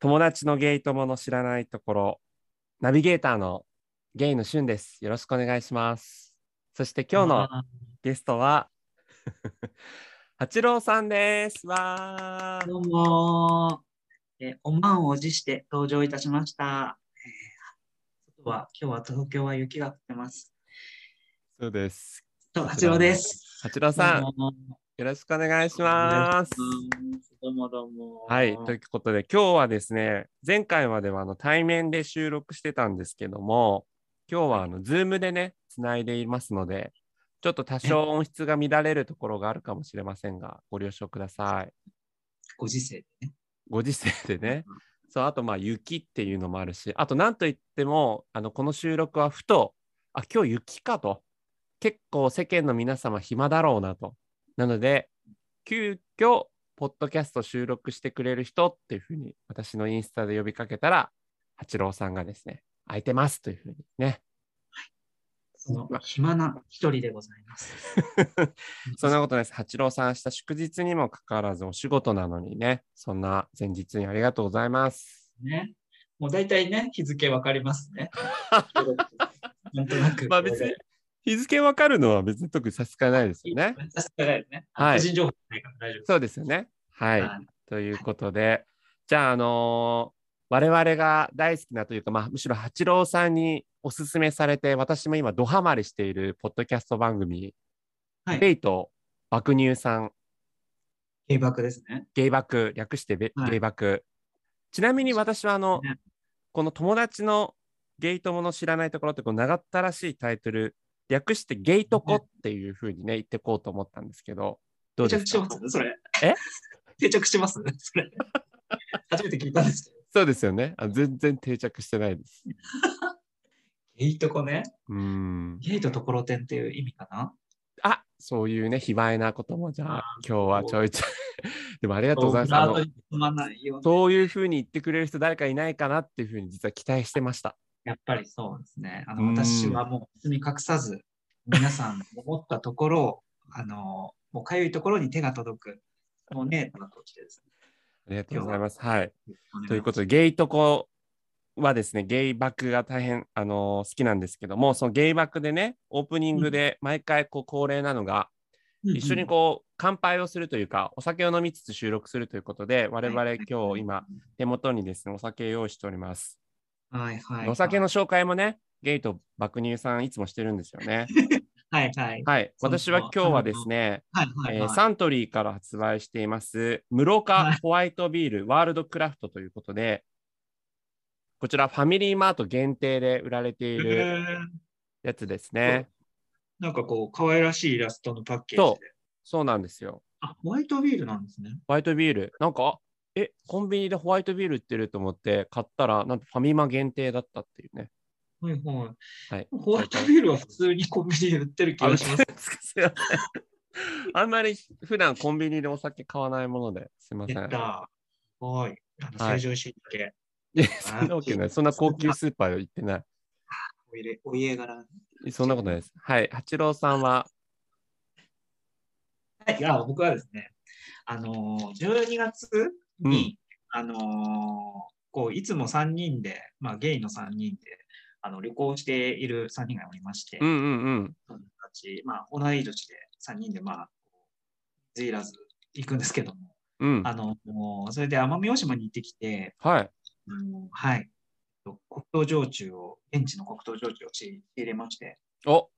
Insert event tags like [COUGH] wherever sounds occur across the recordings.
友達のゲイ友の知らないところ、ナビゲーターのゲイのしゅんです。よろしくお願いします。そして今日のあゲストは、 [LAUGHS] 八郎さんです。わーーどうもー、えーお満を持して登場いたしました。えー外は今日は東京は雪が降ってます。そうです。と八郎です。八郎さん、どようもろしくお願いします。どうもどうも。はい、ということで今日はですね、前回まではあの対面で収録してたんですけども、今日はあの Zoom でね、つないでいますので、ちょっと多少音質が乱れるところがあるかもしれませんが、ご了承ください。ご時世でね。ご時世でね。そう、あとまあ雪っていうのもあるし、あとなんといっても、あのこの収録はふと、あ、今日雪かと。結構世間の皆様暇だろうなと。なので、急遽、ポッドキャスト収録してくれる人っていうふうに、私のインスタで呼びかけたら、八郎さんがですね、空いてますというふうにね。その暇な一人でございます。そんなことないです。八郎さん、明日祝日にもかかわらずお仕事なのにね、そんな前日にありがとうございます。ね。もう大体ね、日付わかりますね。なんとなく。 [LAUGHS] まあ別に日付わかるのは別に特に差し支えないですよね。させてないですね。はい個人情報ないから大丈夫そうですよね。はい。はいということで、じゃあ、あのー我々が大好きなというか、まあ、むしろ八郎さんにおすすめされて、私も今、ドハマりしているポッドキャスト番組、はいベイと爆乳さん、軽爆ですね。ゲイバク、略してベ、はいゲイバク。ちなみに私は、あの、ねこの友達のゲイ友の知らないところって、こう長ったらしいタイトル、略してゲイトコっていうふうにね、言ってこうと思ったんですけど、どう定で着しすまかすそれ。え [LAUGHS] 定着してますそれ。 [LAUGHS] 初めて聞いたんですけど。そうですよね。あ全然定着してないです。ゲイとこね。うん。ゲイとところてんっていう意味かなあそういうね、卑猥なことも、じゃああ、今日はちょいちょ [LAUGHS] い。でもありがとうございます。あオブラのートに包まないようなそういうふうに言ってくれる人、誰かいないかなっていうふうに、実は期待してました。やっぱりそうですね。あうのん私はもう包み隠さず、皆さんの思ったところを、 [LAUGHS] あの、もうかゆいところに手が届く。もうね、あのこっちでですありがとうございます。はい。ね。お願しということまで、ゲイとこはですね、ゲイバクが大変、あの好きなんですけども、そのゲイバクでね、オープニングで毎回こう恒例なのが、す、一緒にこう乾杯をするというか、お酒を飲みつつ収録するということで、我々今日今手元にですね、お酒用意しております。うん。はいはい。お酒の紹介もね、ゲイと爆乳さんいつもしてるんですよ [LAUGHS] ね。はいはい。はい、そう私は今日はですね、はいはいえはーい。サントリーから発売しています、室は岡いホワイトビールワールドクラフトということで、こちらファミリーマート限定で売られているえーやつですね。なんかこう、可愛らしいイラストのパッケージそうで。そうなんですよ。あ、ホワイトビールなんですね。ホワイトビール。なんか、あえ、コンビニでホワイトビール売ってると思って買ったら、なんとファミマ限定だったっていうね。はいはい。はい。ホワイトビールは普通にコンビニで売ってる気あがします。 [LAUGHS] すいませんあんまり普段コンビニでお酒買わないものですいませ出ん。た。はい。あのはい成城石井だけ、いや、そんなわけない。そんな高級スーパー行ってな。お入れお家柄。はいそんなことないです。はい。八郎さんは、い。いや、僕はですね、あのー、12月に、あのー、こう、いつも3人で、まあ、ゲイの3人で、あの旅行している3人がおりまして、うんうんうん。友達、まあ、同い年で3人で、まあ、ずいらず行くんですけども、うん。あの、もうそれで奄美大島に行ってきて、はい。あのはい。黒糖焼酎を、現地の黒糖焼酎を仕入れまして、お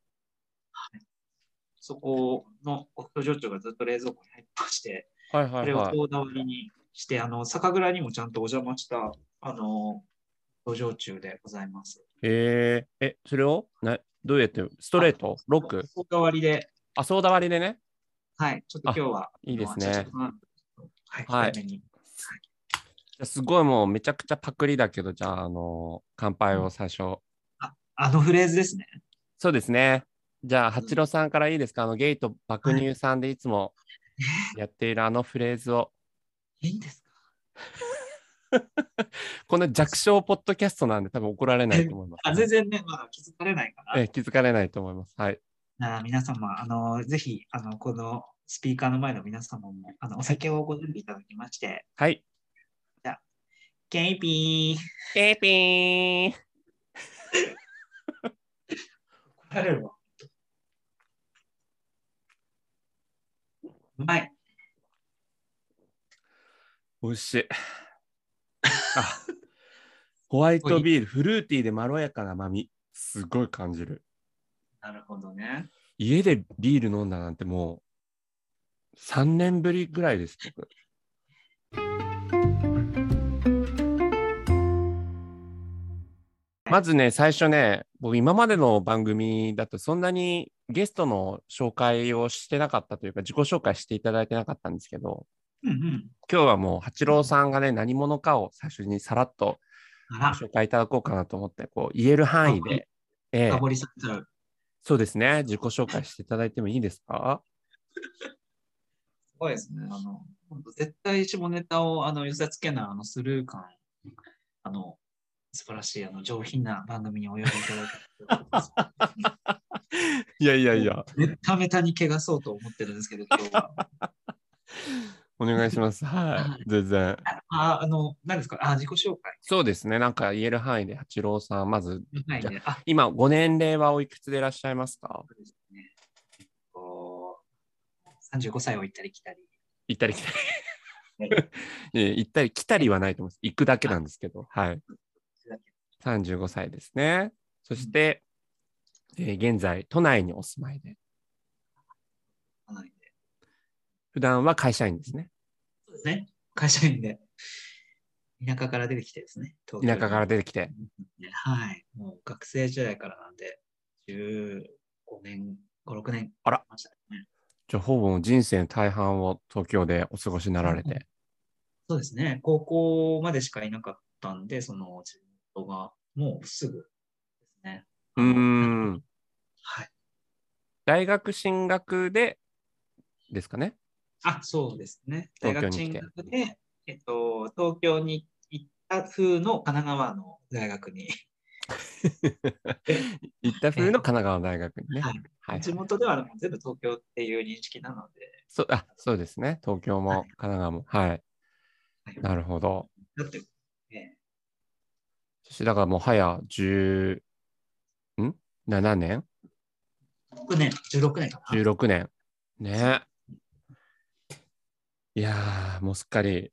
そこの黒糖焼酎がずっと冷蔵庫に入ってまして、はいそはいれをはい。ソーダ割りにして、あの、酒蔵にもちゃんとお邪魔した、あの、黒糖焼酎でございます。えー、え、それをなどうやってストレートロックソーダ割りで、あ、ソーダ割りでね。はい。ちょっと今日は、いいですねあのちょっとはい。はい早めにじゃあすごいもうめちゃくちゃパクリだけど、じゃあ、あの乾杯を最初。あのフレーズですね。そうですね。じゃあ、ん八郎さんからいいですか、あの、ゲイと爆乳さんでいつもやっているあのフレーズを。いいんですかこんな弱小ポッドキャストなんで多分怒られないと思いま [LAUGHS] あす、全然ね、まだ気づかれないから。ええ気づかれないと思います。はい。なら皆様、あの、ぜひ、あの、このスピーカーの前の皆様も、あの、お酒をご準備いただきまして、はい。ケイピー。ケーピーン怒られるわ。うまい。美味 [LAUGHS] しい。あホワイトビール、フルーティーでまろやかな甘み。すごい感じる。なるほどね。家でビール飲んだなんてもう3年ぶりぐらいです、僕。まずね、最初ね、僕今までの番組だとそんなにゲストの紹介をしてなかったというか、自己紹介していただいてなかったんですけど、うんうん。今日はもう八郎さんがね、何者かを最初にさらっとあご紹介いただこうかなと思って、こう言える範囲あはで、えら、えか、ぼりさんちゃう。そうですね、自己紹介していただいてもいいですかすごいですね。あの、本当絶対下ネタをあの寄せつけないあのスルー感、あの、素晴らしい、あの、上品な番組にお呼びいただいて。 [LAUGHS] いやいやいや、めためたに怪我そうと思ってるんですけど、今日は。お願いします。はい、全然。あ、あの、何ですかあ、自己紹そうですね、なんか言える範囲で、八郎さん、まず、介。はいね。あ、今、ご年齢はおいくつでいらっしゃいますかそうですね。こう35歳を行ったり来たり。行ったり来たり。 [LAUGHS] いえ行ったり来たりはないと思います。行くだけなんですけど、はい。35歳ですね。そして、えー現在、都内にお住まいで、かなりで普段は会社員ですね。そうですね。会社員で。田舎から出てきてですね。東京田に舎から出てきて。ねはい。もう学生時代からなんで、15年、5、6年。あらましたね。じゃあ、ほぼ人生の大半を東京でお過ごしになられて。そうですね。高校までしかいなかったんで、その地元がもうすぐですね。うーん。はい。大学進学で、ですかね。あ、そうですね。大東京に来学進て学で、えっと、東京に行った風の神奈川の大学に、行った風の神奈川大学にね。ははいいはい。地元ではもう全部東京っていう認識なので、そうあそうですね。東京はいも神奈川も。はい。はいなるほど。だって、ね、そしてだからもう早10ん7年6年、16年かな。 16年ねいやーもうすっかり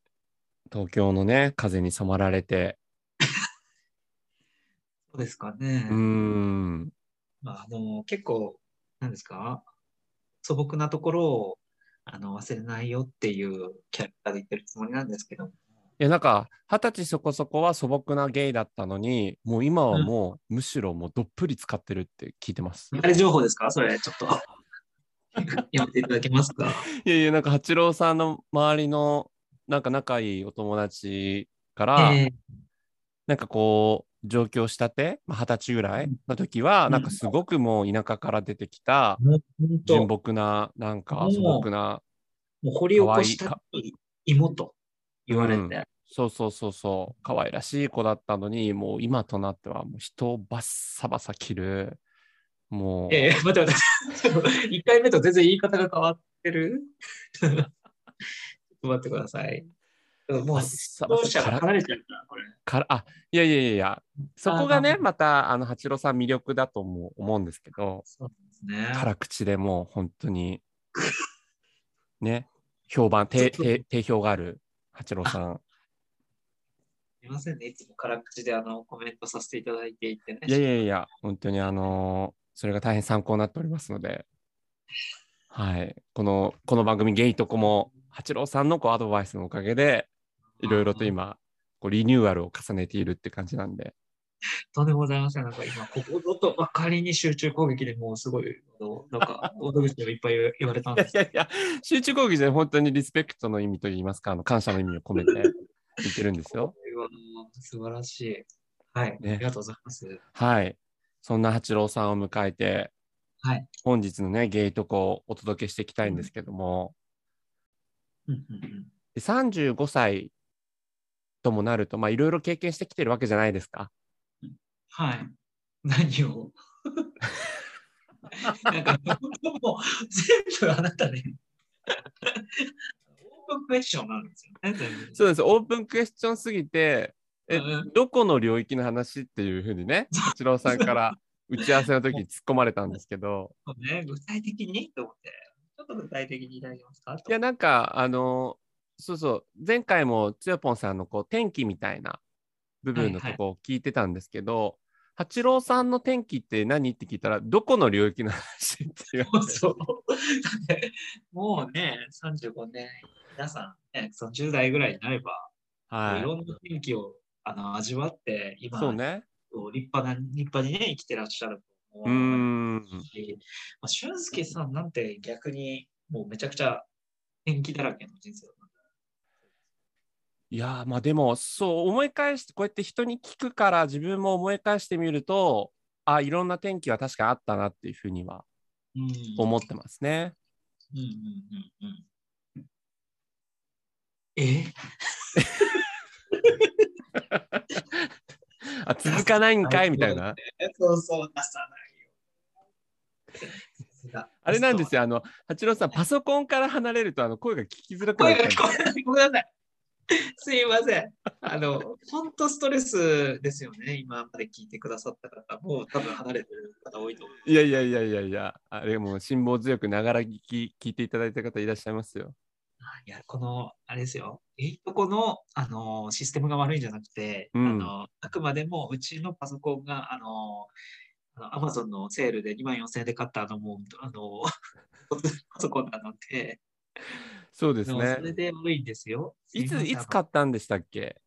東京のね風に染まられてそうですかね。うーんまあ、あの結構、なんですか、素朴なところをあの忘れないよっていうキャラクターで言ってるつもりなんですけど、いやなんか二十歳そこそこは素朴なゲイだったのにもう今はもう、むしろもうどっぷり使ってるって [LAUGHS] 聞いてますあれ情報ですかそれ、ちょ [LAUGHS] っと。やめていただけますかいやいやなんか八郎さんの周りのなんか仲いいお友達から、えーなんかこう上京したてまあ二十歳ぐらいの時は、うんなんかすごくもう田舎から出てきたもう本当純朴ななんかうん素朴なもう掘り起こした芋と言われて、うんそうそうそうそう可愛らしい子だったのにもう今となってはもう人をバッサバサ切るもう、ええ待って待って待って、1回目 [LAUGHS] と全然言い方が変わってる。ちょっと待ってください。もバうッ、サバ当サ者からが離れちゃうから、これ。からあいやいやいやいやそこがあねーまたあの八郎さん魅力だと思う思うんですけどそうですね。辛口でもう本当にね評判定定定評がある八郎さんすみませんね、いつも辛口であのコメントさせていただいていてね。いやいやいや、本当にあのーそれが大変参考になっておりますので、はい、この、この番組ゲイとこも、八郎さんのこうアドバイスのおかげで、いろいろと今、こうリニューアルを重ねているって感じなんで、とんでもございません。なんか今、ここぞとばかりに集中攻撃でもうすごい、あのなん [LAUGHS] か、大口でもいっぱい言われたんいやでいすけやいや、集中講義じゃ本当にリスペクトの意味といいますか、あの感謝の意味を込めて言ってるんですどよ。これはもう素晴らしい。はい、ねありがとうございます。はい、そんな八郎さんを迎えて、はい本日のね、ゲイとこをお届けしていきたいんですけども、うんうんうんで35歳ともなると、まあ、いろいろ経験してきてるわけじゃないですか。はい。何を [LAUGHS] なんか、もう全部あなたね。オープンクエスチョンなんですよね、全部。そうです。オープンクエスチョンすぎて、えうんうん、どこの領域の話っていうふうにね、一郎さんから打ち合わせの時に突っ込まれたんですけど、そうね、具体的にと思って、ちょっと具体的にいただけますかいや、なんか、あの、そうそう、前回もつよぽんさんのこう天気みたいな部分のとこを聞いてたんですけど、八郎さんの天気って何って聞いたら、どこの領域の話っていう。そうそう。だってもうね、35年、皆さん、ね、その10代ぐらいになれば、、はいい。ろんな天気をあの味わって、今、そうね。立派な、立派にね、生きてらっしゃるとうー。思うんし、まあ、俊介さんなんて逆に、もうめちゃくちゃ天気だらけの人生だったいやーまあでもそう思い返してこうやって人に聞くから自分も思い返してみるとあいろんな天気は確かにあったなっていうふうにはうん思ってますね。うんうんうんうん。えあ続かないんかいみたいな。そうそう、出さないよ。あれなんですよ。よあの八郎さんパソコンから離れるとあの声が聞きづらくな声っちゃうがんで聞こえない。ごめんなさい。すいません。あの、本当ストレスですよね。今まで聞いてくださった方、もう多分離れてる方多いと思う。いやいやいやいやいやあれもう辛抱強くながら聞き聞いていただいた方いらっしゃいますよ。いや、この、あれですよ。えいとこの、あの、システムが悪いんじゃなくて、うんあの、あくまでもうちのパソコンが、あの、アマゾンのセールで2万4000円で買ったあの、もう、あの、 [LAUGHS] パソコンなので、そうですでもねそ。れで多いんですよ。いついつか買ったんでしたっけ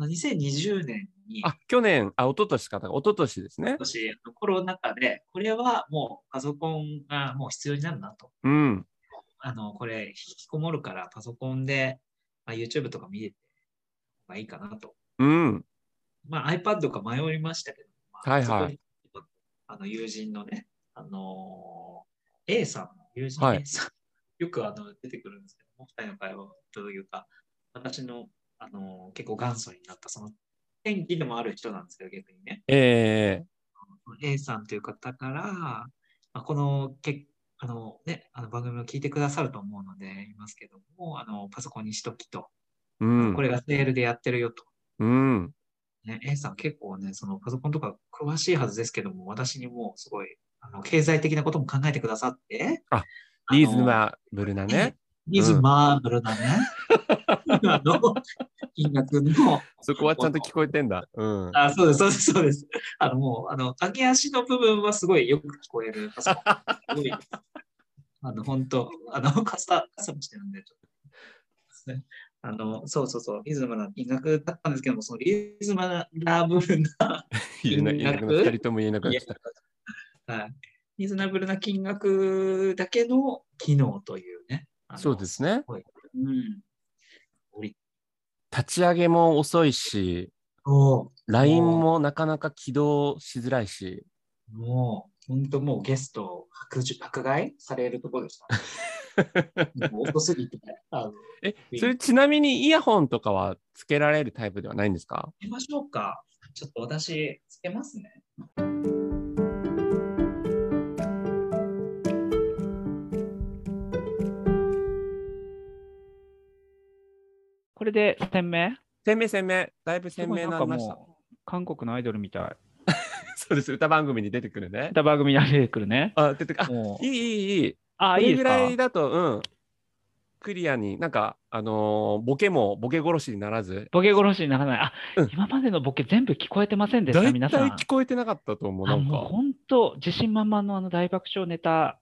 2020年に、今あ去年あ一昨年か一昨年ですね。年あのコロナ禍で、これはもうパソコンがもう必要になるなと。うん。あの、これ、引きこもるからパソコンで、まあ、YouTube とか見れて、まあいいかなと。うん。まあ iPad とか迷いましたけど、まあはいはい。そこにあの、友人のね、あのー A さんの友人はい A さん、よくあの出てくるんですけど、お二人の会話というか、私の、あのー結構元祖になった、その、天気でもある人なんですけど、逆にね。え A さんという方から、まあ、このけあの、ね、あの番組を聞いてくださると思うので、言いますけども、あのパソコンにしときと、えうん。これがセールでやってるよと。うん。ね、A さん結構ね、そのパソコンとか詳しいはずですけども、私にもうすごい、あの経済的なことも考えてくださって、ああのリーズナブルな [LAUGHS] ね。リズマーブルなね、あの、金額の、そこはちゃんと聞こえてんだ。うん。あ、そうです、そうです、そうです。あの、もう、あの、上げ足の部分はすごいよく聞こえるパソコン。すごいあの、本当あの、カスタ、カスタムしてるんで、ちょっと。ですね。あの、そうそうそう、リズムな金額だったんですけども、そのリズムな部分が、言えな言えなくなっ金た。額二人とも言えなくなっちゃっ [LAUGHS] はい。リーズナブルな金額だけの機能というね。た。あのそうで。すね。うん。立ち上げも遅いし、も LINE もなかなか起動しづらいし。う、もう、本当もうゲストを迫じ迫害されるところで [LAUGHS] した。もう遅すぎて、あの、え、それちなみにイヤホンとかはつけられるタイプではないんですか見ましょうか。ちょっと私、つけますね。これで鮮明鮮明鮮明。だいぶ鮮明になりましすごいたんか。もう韓国のアイドルみたい。 [LAUGHS] そうです。歌番組に出てくるね。歌番組に出てくるね。あ、出てくあ、もいいいいいい。うあ、こいいれでぐすらかいだと、うん。クリアに、なんか、あのーボケもボケ殺しにならず、ボケ殺しにならない。あ、うん今までのボケ全部聞こえてませんでしだた、い皆たさいん聞。こえてなかったと思う。なあ、んもうか。本当、自信満々のあの大爆笑ネタ、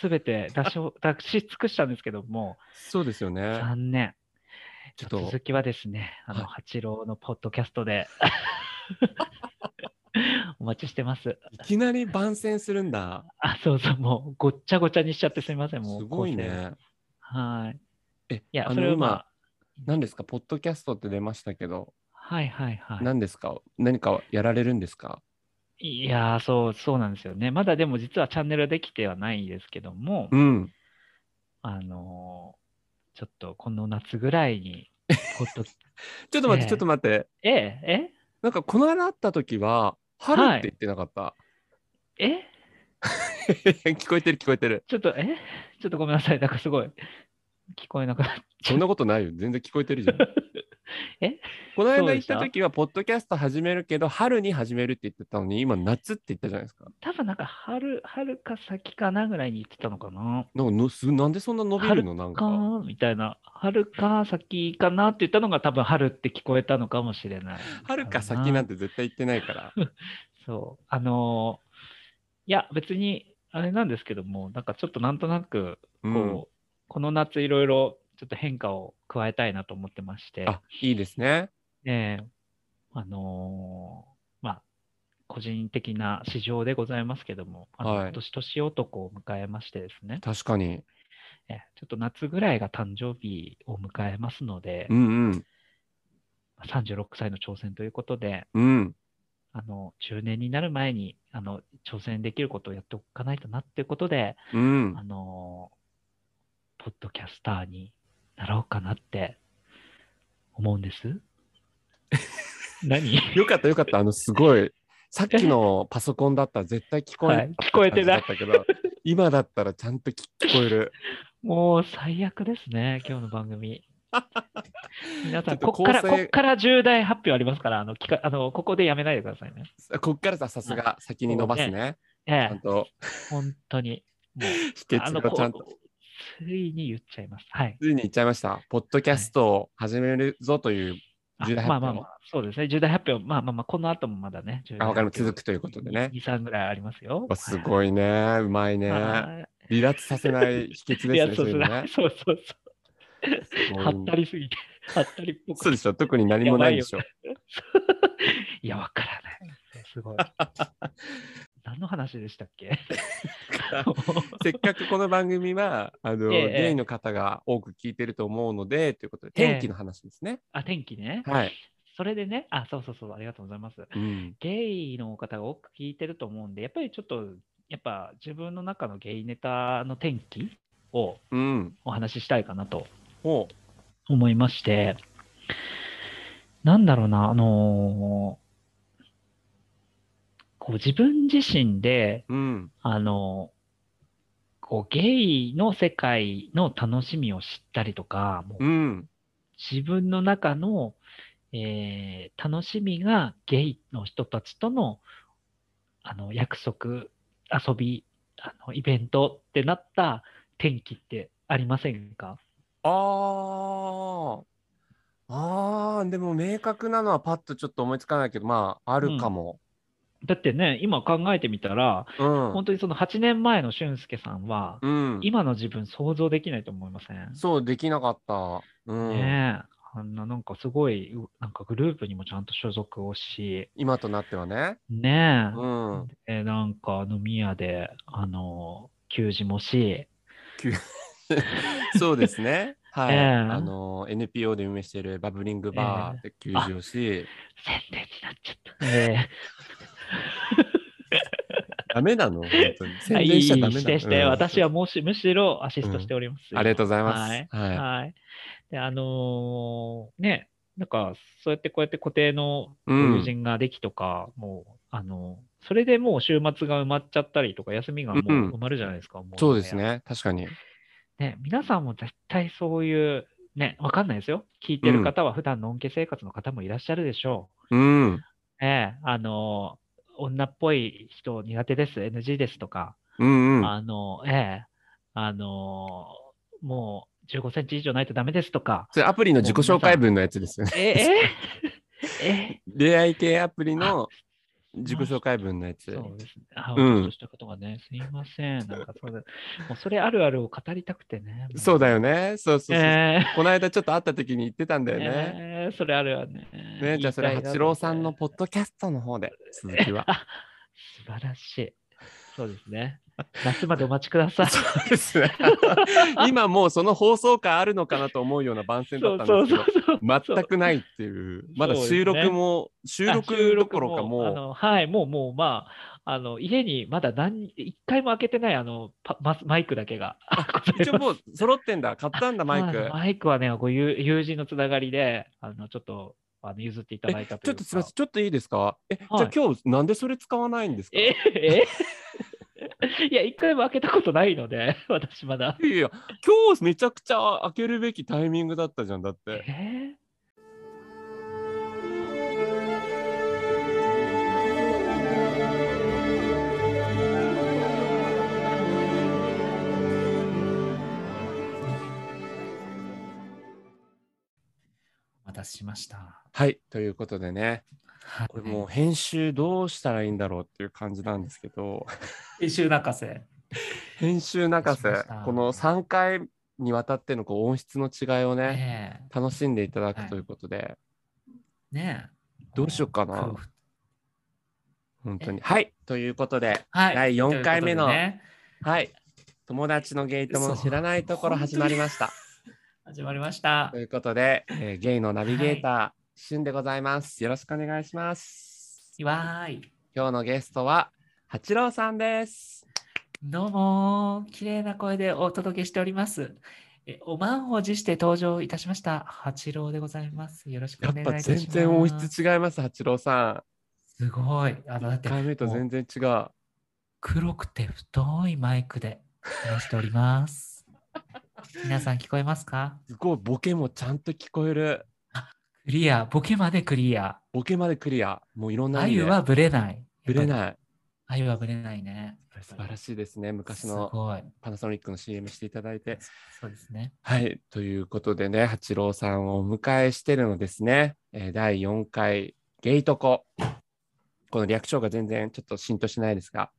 すべて出し出し尽くしたんですけども、そうですよね。残念。ちょっと続きはですね、あの、は八郎のポッドキャストで、 [LAUGHS] お待ちしてます。いきなり番宣するんだ。あ、そうそう、もう、ごっちゃごちゃにしちゃってすみません、もう。すごい構成。ね。はい。え、いや、あそれのはま今あ、、何ですか、ポッドキャストって出ましたけど、はいはいは何ですか、何かやられるんですかい。いやー、そう、そうなんですよね。まだでも実はチャンネルはできてはないですけども、うん。あのーちょっとこの夏ぐらい [LAUGHS] に、ポッドちょっと待っえて、えちょっと待って。ええなんか、この間会った時は、春って言ってなかった。 [LAUGHS] ええ聞こえてる、聞こえてる。ちょっと、えちょっとごめんなさい。なんかすごい、聞こえなくなっそんなことないよ。全然聞こえてるじゃん。 [LAUGHS] えこのそう間で行っしたた時は、ポッドキャスト始めるけど、春に始めるって言ってたのに、今、夏って言ったじゃないですか。多分なんか春、春か先かなぐらいに言ってたのかな。なんかのすなんでそんな伸びるのなんかか。ーみたいな。春か先かなって言ったのが多分春って聞こえたのかもしれない。春か先なんて絶対言ってないから。そう。あのーいや、別に、あれなんですけども、なんかちょっとなんとなく、うこう、ん、この夏いろいろちょっと変化を加えたいなと思ってまして、あいいですね。ええあのーまあ、個人的な市場でございますけども、あのはい今年年男を迎えましてですね、確かに。ええちょっと夏ぐらいが誕生日を迎えますのでう、ん36歳の挑戦ということで、うん。うん。あの、中年になる前に、あの、挑戦できることをやっておかないとなっていうことで、うんあ。のーポッドキャスターになろうかなって思うん [LAUGHS] です。何よかったよかった。あの、すごい。さっきのパソコンだったら絶対聞こえはい聞こえてない感じだったけど、今だったらちゃんと聞聞こえる。もう最悪ですね、今日の番 [LAUGHS] 組。皆さん、ちょっとこっから、構こ成っから重大発表ありますから、あの、聞かあのここでやめないでくださいね。こっからさ、さすが先に伸ばすね。ちえゃんえ、と、本当に。もう、秘訣がちゃんと。こうついに言っちゃいます。はい。ついに言っちゃいました。ポッドキャストを始めるぞというあ重大まあ発まあ表まあ、そうですね。重大発表、まあまあまあ、この後もまだね、重大あわかりま発す続表くということでね。 2、3ぐらいありますよ。わすごいね。うまいね。離はい脱させない秘訣い [LAUGHS] ですや、ね。そいうそうのだね。そ [LAUGHS] うそうすそう。ごいはった [LAUGHS] りすぎて、はったりっぽく。そうでしょ。特に何もないでしょ。いや、わからない。すごい。 [LAUGHS] 何の話でしたっ [LAUGHS] けせっかくこの番組は、あの、ええええゲイの方が多く聞いてると思うので、ということで、天気の話ですね。あ、天気ね。はい。それでね、あ、そうそうそう、ありがとうございます。うん。ゲイの方が多く聞いてると思うんで、やっぱりちょっと、やっぱ自分の中のゲイネタの天気をうん。お話ししたいかなとほう。思いまして、なんだろうな、あのーこう自分自身で、うん。あのーこうゲイの世界の楽しみを知ったりとか、もううん。自分の中の、えー楽しみがゲイの人たちとのあの約束、遊び、あのイベントってなった天気ってありませんかああ。ああ、でも明確なのはパッとちょっと思いつかないけど、まあ、あるかも。だってね、今考えてみたら、うん。本当にその8年前の俊介さんは、うん。今の自分想像できないと思いませんそう、できなかった。うん。ねえ。あんななんかすごい、うなんかグループにもちゃんと所属をし、今となってはね。ねうえ。ん。えなんか飲み屋で、あの、給仕もし、そうですね。はい。ええあの、NPO で運営しているバブリングバーで休止をし、宣伝になっち [LAUGHS] ゃった。えダメなの本当 [LAUGHS] に。えは宣い伝しちゃいダメないのしてして、うん私はもしむしろアシストしております。ありがとうございます。はいはい。はい。で、あのーね、なんか、そうやってこうやって固定のうん友人ができとか、もう、あのーそれでもう週末が埋まっちゃったりとか、休みがもううん埋まるじゃないですか。もそうです。ね。確かに。ね、皆さんも絶対そういう、ね、わかんないですよ。聞いてる方は普段のんけ生活の方もいらっしゃるでしょうん。う。ええあのー女っぽい人苦手です、NG ですとか、うんうん。あのーええあのーもう15センチ以上ないとダメですとか、それアプリの自己紹介文のやつですよね。え、え、え、恋愛系アプリの自己紹介文のやつ。そうですね。あ、うん私としたことがね、すいません。なんかそうだ。もうそれあるあるを語りたくてね。もそうだよ。ね。そうそうそう。えこの間ちょっと会った時に言ってたんだーよね。えーそれあるあるね。ねじゃあそれ、言いたいなと思八郎ってさんのポッドキャストの方で、続き [LAUGHS] は。 [LAUGHS] あ素晴らしい。そうですね。夏までお待ちくださ [LAUGHS] い。そうですね。今もうその放送回あるのかなと思うような番宣だったんですけど、そう全くないっていう、まだ収録も、収あ録どころかあものはい、もう、もう、まあ、あの、家にまだ何、一回も開けてない、あの、パマスマイクだけが。う、一応もう揃ってんだ、買ったんだ、マイあク。マイクはね、ご友友人のつながりで、あの、ちょっと、あの譲っていただいたちといょっうか。とすみません、ちょっといいですかえ、はい [LAUGHS] じゃあ今日なんでそれ使わないんですかええいや、一回も開けたことないの [LAUGHS] で、私まだ。いやいや、今日めちゃくちゃ開けるべきタイミングだったじゃん、だっえて。ーお待たせしました。はい、ということでね、はいこれもう編集どうしたらいいんだろうっていう感じなんですけ [LAUGHS] ど、編集泣かせ。編集泣かせしました、この3回にわたってのこう音質の違いをね、ね楽しんでいただはくいということで、え。ねえ。どうしようかな夫婦。本当に。はい、ということで、はい。第4回目のということでねはい、友達のゲイ友の知らないところ始まりま [LAUGHS] した。始まりましたと。いうことで、えーゲイのナビゲーター、しゅんでございます。よろしくお願いします。わーい。今日のゲストは、八郎さんです。どうもー、綺麗な声でお届けしております。えお満を持して登場いたしました。八郎でございます。よろしくおやっ願いいたしぱます。全然音質違います、八郎さすごい。あのだっん。て1回目ともう全然違う。黒くて太いマイクで話しております。 [LAUGHS] 皆さん聞こえますかすごい、ボケもちゃんと聞こえる。クリア、ボケまでクリア。ボケまでクリア。もういろんなあ意味ゆで。はぶれない。ぶれい。ない。あゆはぶれないね。素晴らしいですね。昔のすごい。パナソニックの CM していただいて。そうですね。はい。ということでね、八郎さんをお迎えしてるのですね。えー第4回、ゲイトコ。この略称が全然ちょっと浸透しないですが、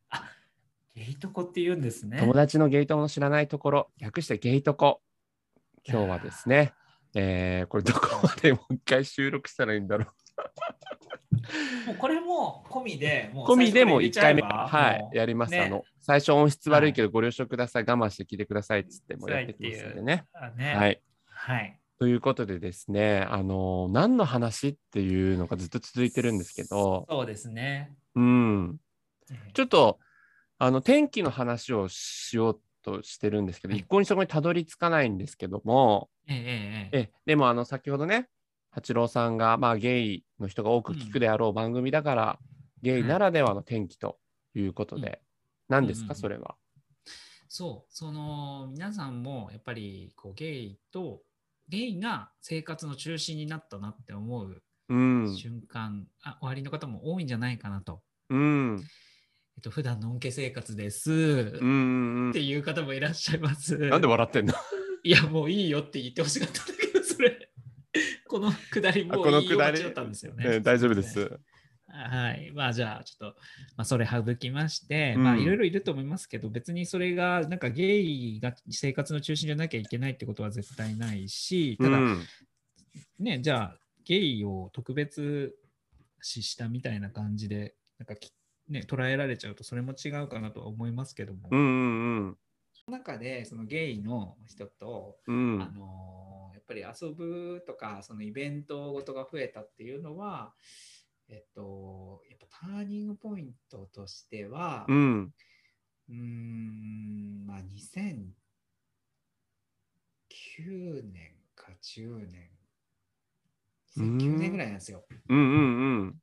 ゲイトコって言うんですね。友達のゲイ友の知らないところ、略してゲイトコ。今日はですね、えーこれどこまでもう一回収録したらいいんだろもうこれも込みで、う。もう込みでも最初1から入れちゃえば回目、はい、もやります。ねあの、最初音質悪いけどご了承ください、我慢して聞いてくださいっつってもうやってきますんでね。うあね、ははい。い。ということでですね、あの何の話っていうのがずっと続いてるんですけど、そうですね。うん、ちょょっとあの天気の話をしようとしてるんですけど、はい一向にそこにたどり着かないんですけども、えええええええでもあの先ほどね、八郎さんが、まあ、ゲイの人が多く聞くであろう番組だから、ゲイならではの天気ということで、何ですうんうんか、うんそれは。そう、その皆さんもやっぱりこうゲイとゲイが生活の中心になったなって思ううん、瞬間、あ終わりの方も多いんじゃないかなと。うん、えっと普段のんけ生活です、うん、うんっ。ていう方もいらっしゃいます。なんで笑ってんのいやもういいよって言ってほしかったんだけど、それ。このくだりもあうこの言い終わっちくゃだりったんです [LAUGHS] よね。え [LAUGHS] 大丈夫でねす。はい。まあじゃあちょっと、まあ、それ省きまして、うんまあいろいろいると思いますけど、別にそれがなんかゲイが生活の中心じゃなきゃいけないってことは絶対ないし、ただ、うんね、じゃあゲイを特別視したみたいな感じで、なんかきね、捉えられちゃうとそれも違うかなとは思いますけども、うんうんその中でそのゲイの人と、うんうあんのーやっぱり遊ぶとかそのイベントごとが増えたっていうのは、えっと、やっぱターニングポイントとしては、ううんーんまあ、2009年か10年うん2009年ぐらいなんですよ。うんうんうん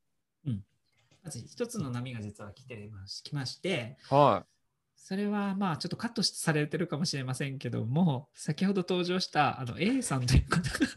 まず一つの波が実は来てまし来まして、はそれはまあちょっとカットされてるかもしれませんけども、先ほど登場したあの A さんという方がい。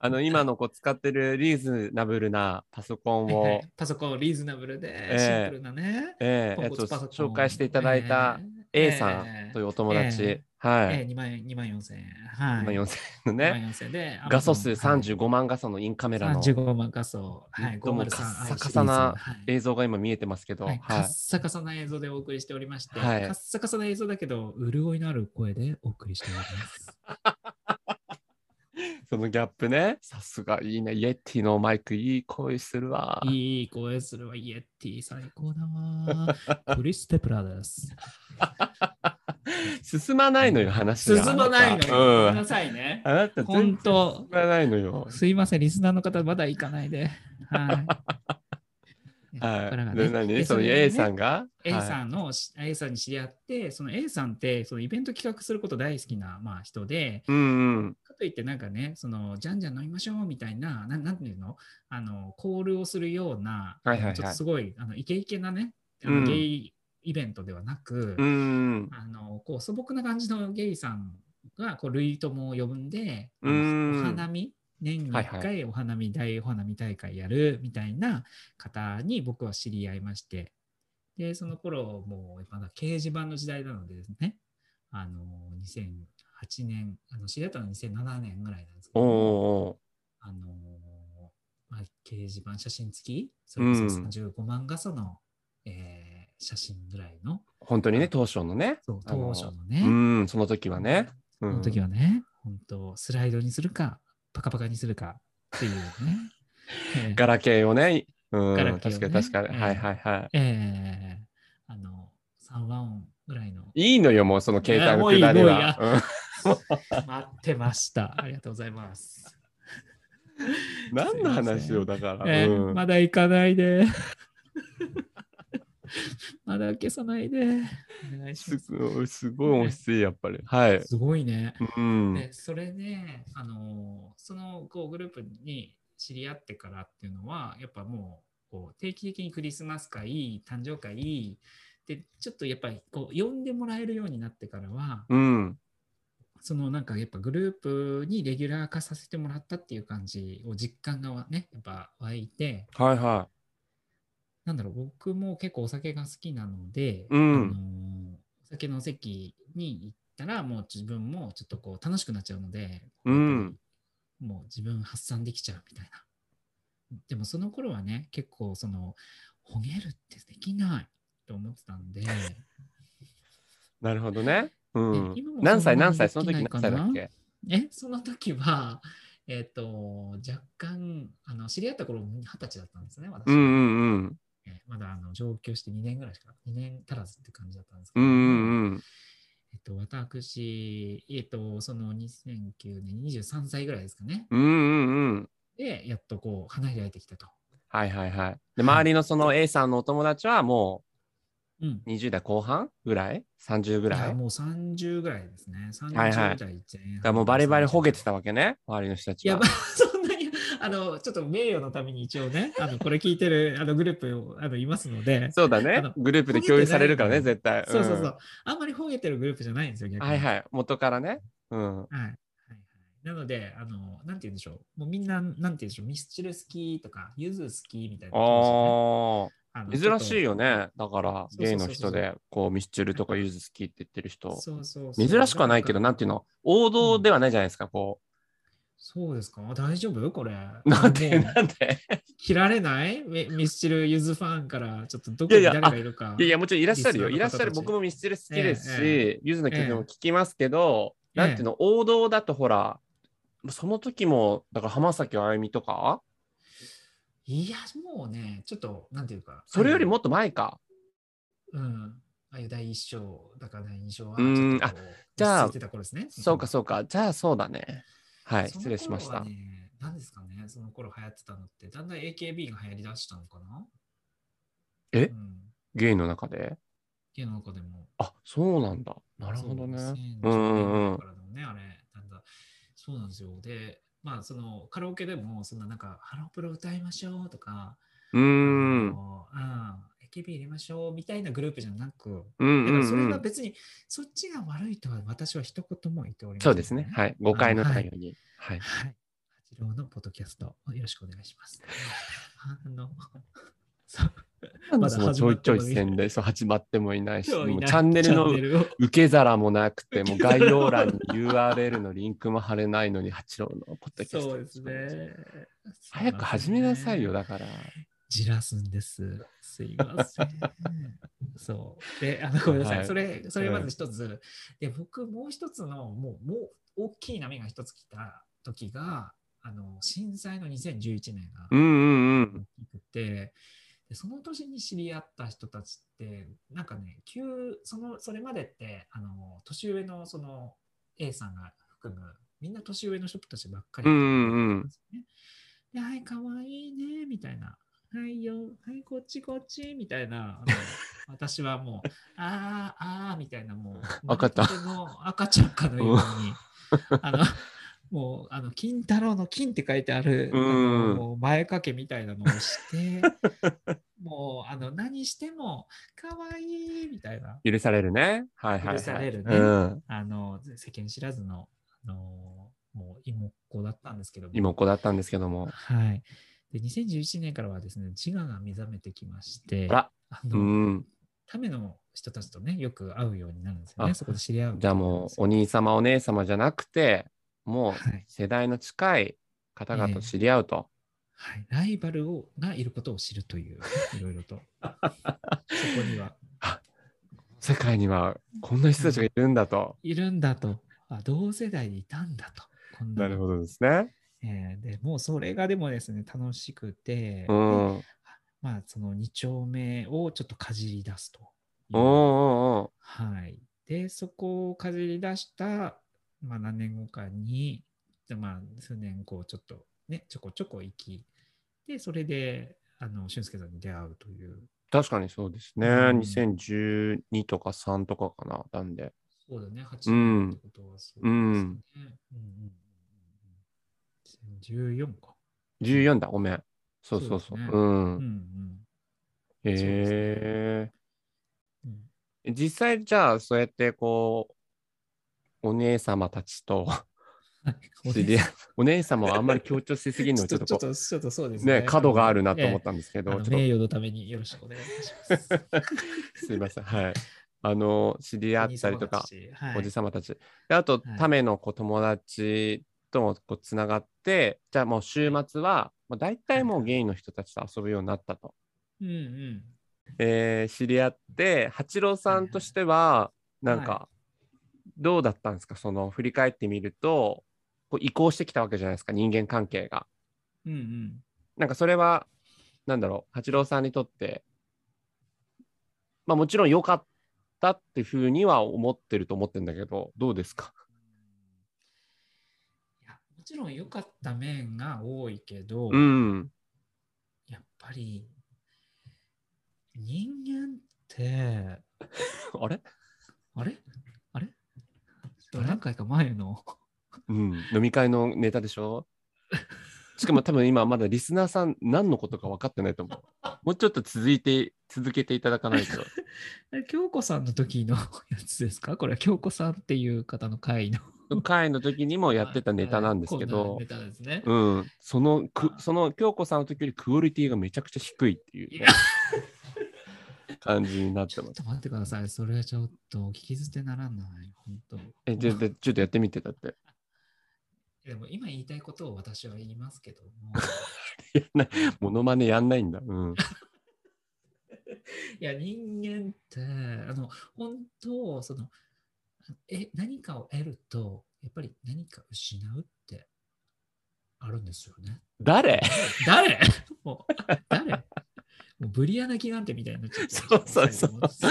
あの今のこう使ってるリーズナブルなパソコンを、はい [LAUGHS] はいパソコンリーズナブルでええシンプルなね、ええポンやコつをツパソコン紹介していただいた、ええ A さんというお友達、えはええい、 2万2万4000円、今はい、 4000の2ね、万4000円で画素数 Amazon 35万画素のインカメラのはい35万画素、はい、どうも503カッサ i カサなシリーズはい映像が今見えてますけど、ははいい、カッサカサな映像でお送りしておりまして、はいカッサカサな映像だけど、潤いのある声でお送りしております。 [LAUGHS] そのギャップね、さすがいいね、イエティのマイクいい声するわ。いい声するわ、イエティ最高だ [LAUGHS] わ。クリス・テプラです。進まないのよ、話進が。まないのう、よ。ごめんなんさいね。あなた全本然当進まないのよ。すいません、リスナーの方、まだ行かないで。 [LAUGHS] はい。はい。からがでね何でそのれでね A さんが A ん。さんの、A さんに知り合って、その A さんって、そのイベント企画すること大好きな、まあ、人で、うんうん。かといってなんかね、そのじゃんじゃん飲みましょうみたいな、なんなんていうのあのコールをするような、はいはいはいちょっとすごいあのイケイケなね、あうんのゲイ、イベントではなく、うん。あのこう素朴な感じのゲイさんがこう類とも呼んで、あうんのお花見年にはいはい1回お花見大お花見大会やるみたいな方に僕は知り合いましてでその頃もうまだ掲示板の時代なのでですねあの2008年あの知り合ったのは2007年ぐらいなんですけおーどおあの、まあ、掲示板写真付きそれこそうん35万画素の、えー写真ぐらいのー本当にね、当初のね。そうあの当初のね、うん、その時はね。うそのん、時はね、本当スライドにするか、パカパカにするかって [LAUGHS] いうね。えーガラケーをね。うん、ガラケー確をかにね確かに。うんはいはいはい。。えーあの、3和音ぐらいのいいのよ、もうその携帯のいくやだもういりいは。うん待ってました。ありがとうございます。何の話をだから。えーうんまだ行かないで。 [LAUGHS] まだ消さないで。お願いしすます。ごいすごい音質いい、やっぱり。はい。すごいね。うん。でそれで、あのーそのこうグループに知り合ってからっていうのはやっぱもうこう定期的にクリスマス会誕生会でちょっとやっぱりこう呼んでもらえるようになってからは、うん。そのなんかやっぱグループにレギュラー化させてもらったっていう感じを実感がねやっぱ湧いてはいはなんだろう僕も結構お酒が好きなので、うんあのーお酒の席に行ったらもう自分もちょっとこう楽しくなっちゃうので、うんもう自分発散できちゃうみたいなでもその頃はね結構そのほげるってできないと思ってた [LAUGHS] んでい。なるほどね。うえん今も。何歳そんな何に歳できその時ない何か歳なだっけえその時はえっ、と若干あの知り合った頃二十歳だったんですね私、うんうんえーまだあの上京して2年ぐらいしか2年足らずって感じだったんですけうん。うど、んうんえっと、私、えっと、その2009年23歳ぐらいですかね。うん。うんうんうん。で、やっとこう、花開いてきたと。はいはいはい。で、周りのその A さんのお友達はもうん。う20代後半ぐらい ?30 ぐいらやいもう30ぐらいですね。30はい代はい前半がもうバリバリほげていたわけね。周りの人たちや、はまあ。、 [LAUGHS] そんなに、あの、ちょっと名誉のために一 [LAUGHS] 応ね、あの、これ聞いてる、あの、グループ、あの、いますので、そうだあねの。グループで共有されるからね、ほげ絶対。んそうそうそう。。あんまりほげてるグループじゃないんですよ、逆に。はいはい。元からね。うん。はいはいはいなので、あの、なんて言うんでしょう。もうみんな、なんて言うんでしょう。ミスチル好きとか、ユズ好きみたいなあ感じでね、ー。あの珍しいよね。だから、そうそうそうそうゲイの人で、こう、ミスチルとかユーズ好きって言ってる人。そうそうそう珍しくはないけど、なんていうの王道ではないじゃないですか、こそうですか大丈夫これ。う。なんで、もうなん [LAUGHS] で。切られないミミスチルユズファンから、ちょっとどこいやいにや誰がいるか。いやいや、もちろんいらっしゃるよ。リいスナらっーの方たちしゃる。僕もミスチル好きですし、ええユーズの曲も聞きますけど、ええなんていうの王道だとほら、その時も、だから浜崎あゆみとか、いやもうね、ちょっと、なんていうか。それよりもっと前か。あの、うん。ああいう第一章、だから第二章は、うんちょっとこうじゃあ落ち着いてた頃ですね。そうか、そうか。じゃあ、そうだね。はい、そ失の頃はね礼しました。何ですかね、その頃流行ってたのって、だんだん AKB が流行りだしたのかなえうん、ゲイの中で。芸能界でも。あ、そうなんだ。なるほどね。そううん2010うんう年ん代。からでもね、あれ、だんだんそうなんですよ。で、まあ、そのカラオケでも、そんななんか、ハロプロ歌いましょうとか、うー。うん AKB 入れましょうみたいなグループじゃなく、うんうだかんうらんそれが別に、そっちが悪いとは私は一言も言っておりませそん、うですね。はい。誤解のないように。はい。はい。八郎のポッドキャスト、よろしくお願い [LAUGHS] します。あの、そうまだそのち始ょまいっちょてい宣もいない伝、そう始まってもいないし、今日いもうないチャンネルチャのルを受け皿もなくて、もう受け皿概も要欄に URL のリンクも貼れないのに、八郎のポッドキャスト。そうですね。早く始めなさいよ、だだから。じらすんです。すいません。そう。で、あの、ごめんなさい。はいそれ、それまず一つ。で、僕、もう一つの、もう、もう、大きい波が一つ来た時が、あの、震災の2011年がうんうんう大ん。きくて、でその年に知り合った人たちって、なんかね、急、その、それまでって、あの、年上の、その、A さんが含む、みんな年上の人たちばっかりうだんうっんうんたんですよね。で、はい、かわいいね、みたいな。はいよ、はい、こっちこっち、みたい [LAUGHS] な。あの私はもう、あー、あー、みたいな、もう、 [LAUGHS] 赤ちゃん生まれたての赤ちゃんかのよう [LAUGHS] に、あの、もう、あの、金太郎の金って書いてある、あうん [LAUGHS] のもう前掛けみたいなのをして、もうあの何しても可愛いみたいな、許されるね。はいはい、はい。許されるねうん。あの世間知らずのあのもう妹っ子だったんですけども妹っ子だったんですけども。はい。で、2011年からはですね、自我が目覚めてきまして、あらあうの、ん。ための人たちとね、よく会うようになるんですよね。あそこで知り合う。じゃあもう、お兄様、お姉様じゃなくて、もうはい。世代の近い方々と知り合うと。はい。ライバルをがいることを知るという、いろいろ [LAUGHS] と。そこには、世界にはこんな人たちがいるんだと。いるんだと。あ、同世代にいたんだと。こんなのどですね。えーでもうそれがでもですね、楽しくて、うん。うんまあ、その2丁目をちょっとかじり出すという。うんうんうん。はい。で、そこをかじり出した、まあ、何年後かに、でまあ、数年後、ちょっとね、ちょこちょこ行き、で、それで、あの、俊介さんに出会うという。確かにそうですね。うん2012とか3とかかな。なんで。そうだね、8年ってことはそうですね。ううんんううんんうんうん、14か。 14だ、ごめん。そうそうそう。そうですねうん。うへ、んえ [LAUGHS] うんうん。実際、じゃあ、そうやってこう、お姉様たちと [LAUGHS] 知り合い、お姉様をあんまり強調しすぎるのはちちょょっっと、と [LAUGHS] ちょっ、ことちょっとそうですう、ね、角があるなと思っんたんですけでど、あちょっのと名誉のためによろしくお願いします。すいません。はい。あの、知り合ったりとか、おじささまたち。であと、はいためのこう友達ともこうつながって、じゃあもう週末は、まあ、大体もうゲイの人たちと遊ぶようになったと。ん。うんうん。えー知り合って、八郎さんとしては、はいはないんか、どうだったんですか、その振り返ってみると、こう移行してきたわけじゃないですか、人間関係が。うんうん。なんかそれは、なんだろう、八郎さんにとって、まあもちろん良かったっていうふうには思ってると思ってるんだけど、どうですかいやもちろん良かった面が多いけど、うん。やっぱり人間ってあれあれあれちょっと何回か前のうん、飲み会のネタでしょ [LAUGHS] しかも多分今まだリスナーさん何のことか分かってないと思う。もうちょっと続いて、続けていただかないと。 [LAUGHS] え京子さんの時の [LAUGHS] やつですかこれは京子さんっていう方の回の会の時にもやってたネタなんですけはいどはい、コーナーネタですね、うん、そのくあーその京子さんの時よりクオリティがめちゃくちゃ低いっていうね、感じになってちょまっす。と待ってくださいそれはちょっと聞き捨てならない本当え、じゃあでちょっとやってみてだって。でも今言いたいことを私は言いますけど [LAUGHS] もやんないモノマネやんないんだ。うん。いや、人間って、あの、本当、その、え、何かを得ると、やっぱり何か失うってあるんですよね。誰誰 [LAUGHS] もう、誰もうブリアナギなんてみたいになっちゃって。そうそうそうそ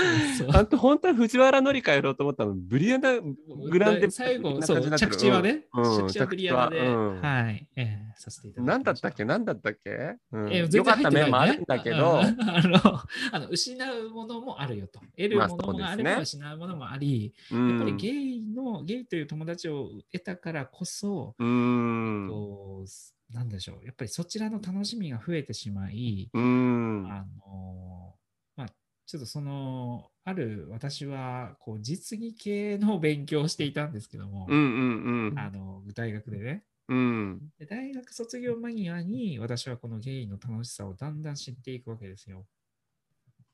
う [LAUGHS] あんた本当は藤原紀香やろうと思ったの、ブリアナ [LAUGHS] グランデ最後、なそ感じになっう、てる着地はね、うん着地はブリアナで、着地はうんはい、えーさせていただきました何だったっけ何だったっけ、うんえーよ全然かっ入たてな面いねもあるんだけど、うん [LAUGHS] あのあの失うものもあるよと。得るまあものもあれそうですねば失うものもあり、うんやっぱりゲイの、ゲイという友達を得たからこそ、うんこうなんでしょう、やっぱりそちらの楽しみが増えてしまい、うんあのまあ、ちょっとその、ある私はこう実技系の勉強をしていたんですけども、うんうんあの大学でね。うんうんで大学卒業間際に私はこのゲイの楽しさをだんだん知っていくわけですよ。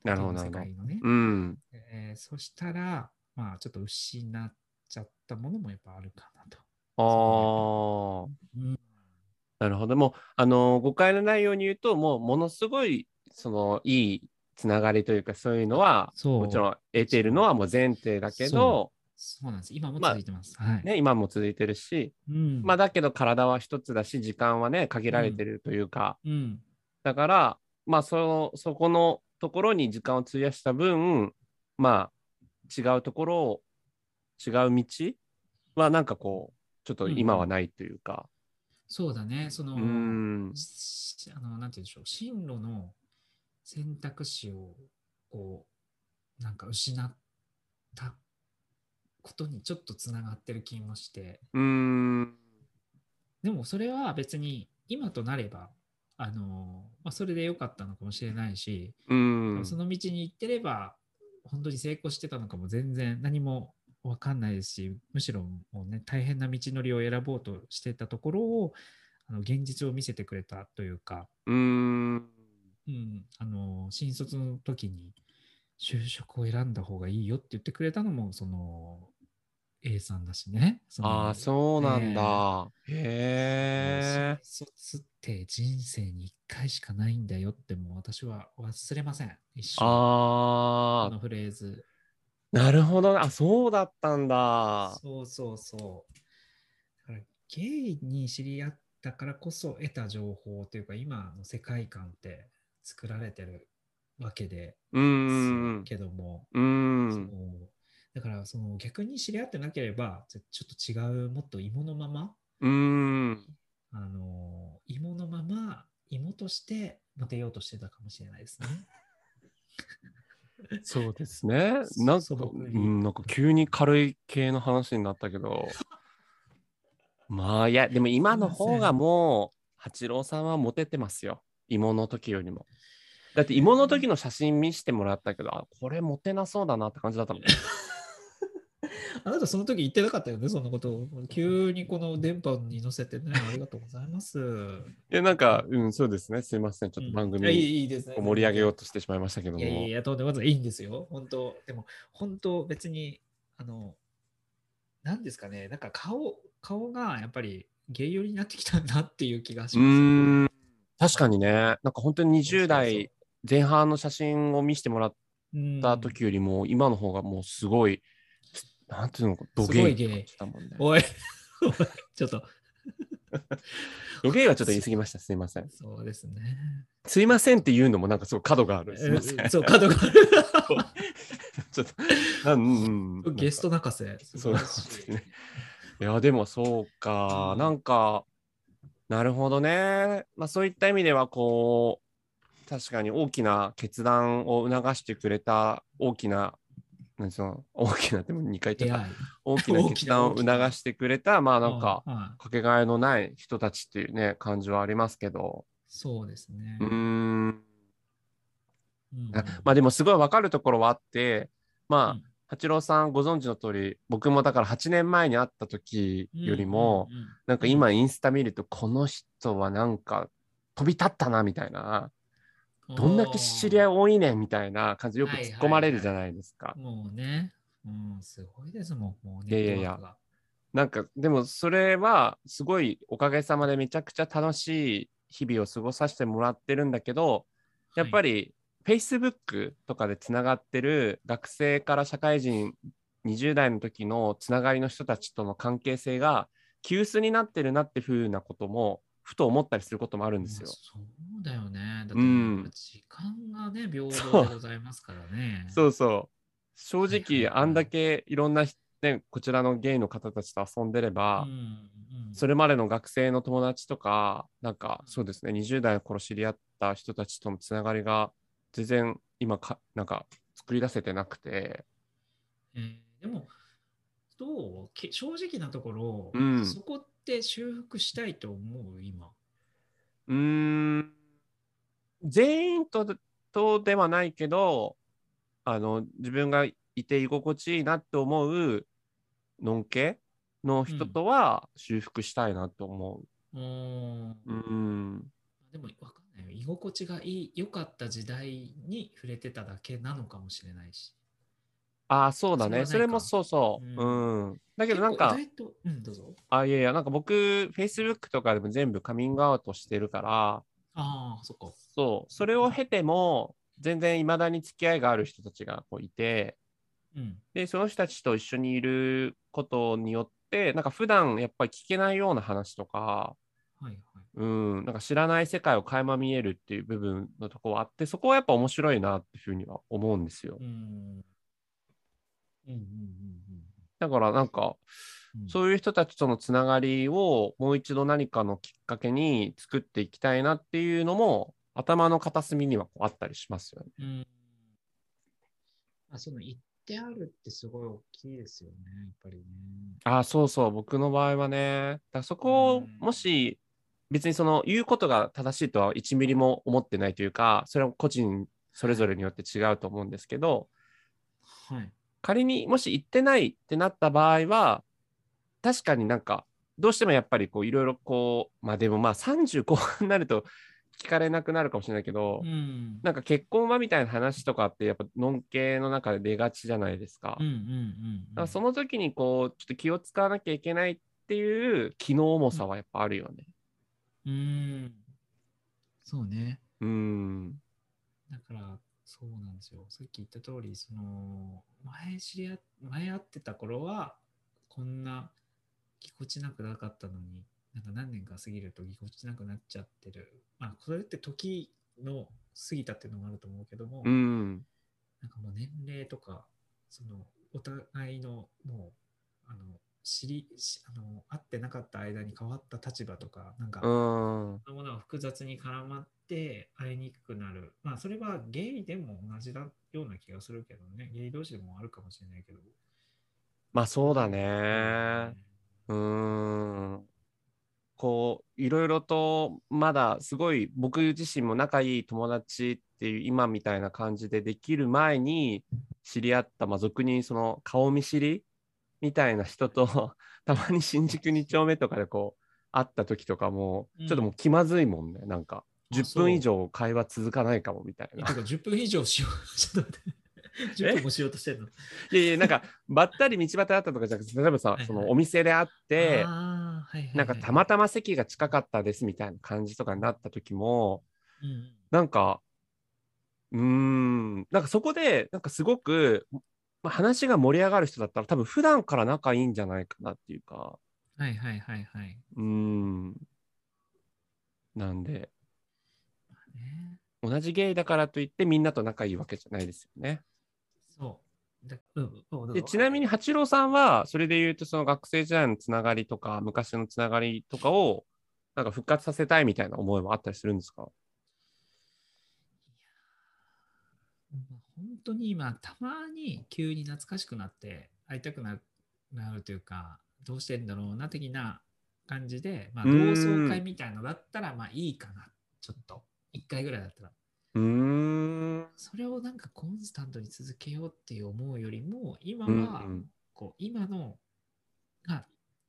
なるほどゲなイるほのど世界のね。うんえーそしたら、まあ、ちょっと失っちゃったものもやっぱあるかなと。ああなるほどもうあの誤解のないように言うともうものすごいそのいいつながりというかそういうのはそうもちろん得ているのはもう前提だけどそ、そうなんです。今もまあ続いてます。はい。ね、今も続いてるし、うん。まあ、だけど体は一つだし時間はね限られてるというか、うん。だから、まあその、そこのところに時間を費やした分、まあ、違うところを、違う道は、なんかこう、ちょっと今はないというか。そうだね。その、うーん。しあの、なんて言うんでしょう。進路の選択肢を、こう、なんか失ったことにちょっとつながってる気もして、うーん。でもそれは別に今となればあの、まあ、それで良かったのかもしれないし、うん。その道に行ってれば、本当に成功してたのかも全然何も分かんないですし、むしろもうね、大変な道のりを選ぼうとしてたところを、あの現実を見せてくれたというか、うん。うん、あの新卒の時に就職を選んだ方がいいよって言ってくれたのもその A さんだしね。そのああ、そうなんだ。へえ。新卒って人生に一回しかないんだよってもう私は忘れません。一生あこあ、のフレーズ。なるほどね。あ、そうだったんだ。そうそうそう。だからゲイに知り合ったからこそ得た情報というか今の世界観って作られてるわけでうすん。けども。うそん。うだからその逆に知り合ってなければちょちょっと違うもっと芋のまま、うん。あのー芋のまま芋として待てようとしてたかもしれな [LAUGHS] いですね。そうですね。なんか素、朴にうん、なんか急に軽い系の話になったけど。まあ、いや、でも今の方がもう、八郎さんはモテてますよ。芋の時よりも。だって芋の時の写真見してもらったけど、あこれモテなそうだなって感じだったもん。あなたその時言ってなかったよねそんなことを急にこの電波に乗せてねありがとうございます。え、なんか、うん、そうですね。すいません。ちょっと番うんいやい組いいいですねを盛り上げようとしてしまいましたけども。いやいやいや、とんでもないいいんですよ。本当、でも、本当、別に、あの、なんですかね、なんか顔、顔がやっぱりゲイ寄りになってきたなっていう気がしうます。ーん。確かにね。なんか本当に20代前半の写真を見せてもらっうんた時よりも、今の方がもうすごい、なんていうのか、ドすゲごイいってゲイ感じだもんね。おい、おいちょっと、ドゲイはちょっと言い過ぎました。すいません。そうですね。すいませんって言うのもなんかすごい角がある。すいません。えちそう、角があょっと、なんうんうる。ん。ゲスト泣かせ。そうでですね。いや、でもそうか、うんなんか、なるほどね。まあそういった意味では、こう、確かに大きな決断を促してくれた大きな、なんその大きな、でも2回言っち出ゃった。会い。大きな決断を促してくれた、まあなんか、はいかけがえのない人たちっていうね、感じはありますけど。そうですね。うーん。うんあまあでもすごいわかるところはあって、まあ、うん八郎さんご存知の通り、僕もだから8年前に会った時よりも、うんうんうんなんか今インスタ見ると、この人はなんか飛び立ったなみたいな、どんだけ知り合い多いねんみたいな感じよく突っ込まれるじゃないですか。もうね、うん、すごいですもん、もういやね。いやいやなんかでもそれはすごいおかげさまでめちゃくちゃ楽しい日々を過ごさせてもらってるんだけど、やっぱり、り Facebook とかでつながってる学生から社会人20代の時のつながりの人たちとの関係性が急須になってるなってふうなこともふと思ったりすることもあるんですよまあ。そうだよね。だって、うん時間がね、平そ等うでございますからね。そうそう。正はいはい直、はいあんだけいろんな、ね、こちらのゲイの方たちと遊んでれうんば、うんそれまでの学生の友達とか、なんかそうですね、20代の頃知り合った人たちとのつながりが、全然今か、なんか作り出せてなくて。えーでも、どうけ正直なところ、うんそこって修復したいと思う、今。うーん、全員ととではないけど、あの自分がいて居心地いいなって思うのんけの人とは修復したいなと思う。うーんうん、でも、わかんないよ。居心地がいい、良かった時代に触れてただけなのかもしれないし。ああ、そうだね。そそれれはないもかそうそう。う。うんだけどなん結か構、意外と、うん、どうぞ。あ、いやいや、なんか僕、Facebook とかでも全部カミングアウトしてるから、ああ、そっか。そう、それを経ても、全然いまだに付き合いがある人たちがこういて、うん。で、その人たちと一緒にいることによって、なんか普段やっぱり聞けないような話とか、はいはい。うん、なんか知らない世界を垣間見えるっていう部分のとこはあって、そこはやっぱ面白いなっていうふうには思うんですよう。ん。うんうんうんだからなんか、うんうん。そういう人たちとのつながりをもう一度何かのきっかけに作っていきたいなっていうのも頭の片隅にはこうあったりしますよね。うん。あ、その言ってあるってすごい大きいですよね、やっぱりね。ああそうそう僕の場合はねだからそこをうんもし別にその言うことが正しいとは1ミリも思ってないというか、それは個人それぞれによって違うと思うんですけど、はい。仮にもし行ってないってなった場合は、確かになんか、どうしてもやっぱりこういろいろこう、まあでもまあ30後半になると聞かれなくなるかもしれないけど、うん。なんか結婚はみたいな話とかってやっぱのんけの中で出がちじゃないですか。うんうんだうんかうらん。その時にこうちょっと気を使わなきゃいけないっていう気の重さはやっぱあるよね。うん。そうね。うん。だから、そうなんですよ。さっき言った通り、その、前知り合っ、前会ってた頃は、こんなぎこちなくなかったのに、なんか何年か過ぎるとぎこちなくなっちゃってる。まあ、これって時の過ぎたっていうのもあると思うけども、うん。なんかもう年齢とか、そのお互いのもう、あの、知り、しあの、会ってなかった間に変わった立場とか、なんか、うそん。のものが複雑に絡まって会いにくくなる。まあ、それはゲイでも同じだような気がするけどね、ゲイ同士でもあるかもしれないけど。まあそうだね。うん。こういろいろとまだすごい僕自身も仲いい友達っていう今みたいな感じでできる前に知り合った、まあ、俗にその顔見知りみたいな人と [LAUGHS] たまに新宿2丁目とかでこう会った時とかもうんちょっともう気まずいもんね、なんかあ10そう分以上会話続かないかもみたいえな [LAUGHS] て。か10分以上しよう。ちょっと [LAUGHS] 待って。10分もしようとしてるの。いやいやなんかばったり道端で会ったとかじゃなくて例えばさはいそのお店で会って。あーはいはいはいなんかたまたま席が近かったですみたいな感じとかになった時も、うんうんなんか、うーん、なんかそこで、なんかすごく、まあ話が盛り上がる人だったら、多分普段から仲いいんじゃないかなっていうか、はいはいはいはい。うーん。なんで、ね同じゲイだからといってみんなと仲いいわけじゃないですよね。そう。だうんうんでちなみに、八郎さんは、それで言うと、その学生時代のつながりとか、昔のつながりとかを、なんか復活させたいみたいな思いもあったりするんですかまあ本当に今、たまに急に懐かしくなって、会いたくななるというか、どうしてんだろうな的な感じで、まあ、う同ーん窓会みたいのだったら、まあいいかな、ちょっと。一回ぐらいだったら。うーん。それをなんかコンスタントに続けようっていう思うよりも、今うんうんは、こう、今のが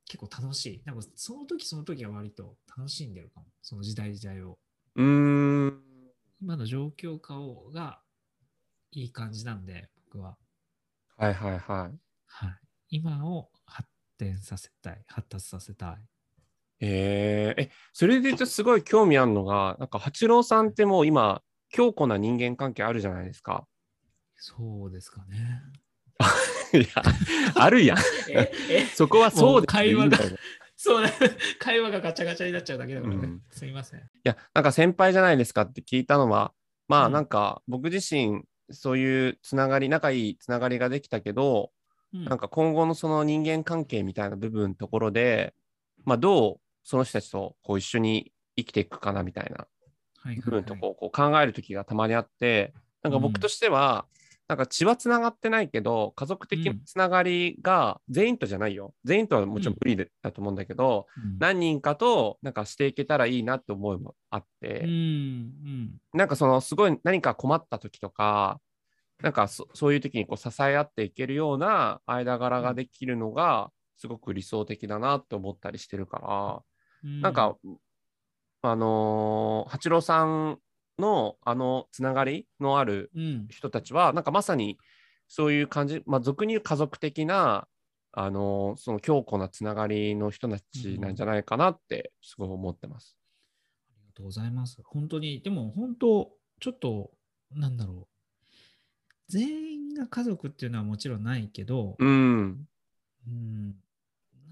結構楽しい。なんかその時その時は割と楽しんでるかも。その時代時代を。うーん。今の状況下をがいい感じなんで、僕は。はいはいはい。はい、今を発展させたい、発達させたい。ええ、それで言うとすごい興味あるのが、なんか八郎さんってもう今、強固な人間関係あるじゃないですか。そうですかね。 [LAUGHS] いや、あるや [LAUGHS] ん。 [LAUGHS] え、え、そこはそうですよもう会話がいいんだよそう [LAUGHS] だ、会話がガチャガチャになっちゃうだけだからね。うんすみません。いや、なんか先輩じゃないですかって聞いたのは、まあうんなんか僕自身、そういうつながり、仲いいつながりができたけど、なんか、か今後のその人間関係みたいな部分のところで、まあどうその人たちとこう一緒に生きていくかなみたいなはい部は分いはいとこうこう考える時がたまにあってなんか僕としては、なんか血はつながってないけど家族的なつながりが全員とじゃないよ全員とはもちろん無理でだと思うんだけど、うん何人かとなんかしていけたらいいなって思いもあってうん、う、ん。なんかそのすごい何か困った時とかなんかそそういう時にこう支え合っていけるような間柄ができるのがすごく理想的だなって思ったりしてるから。うんなんか、、あのー八郎さんのあのつながりのあるうん。人たちは、なんかまさにそういう感じ、まあ、俗に言う家族的な、あのーその強固なつながりの人たちなんじゃないかなって、すごい思ってます。ありがとうございます。本当に、でも本当、ちょっと、なんだろう。全員が家族っていうのはもちろんないけど、うん、うん、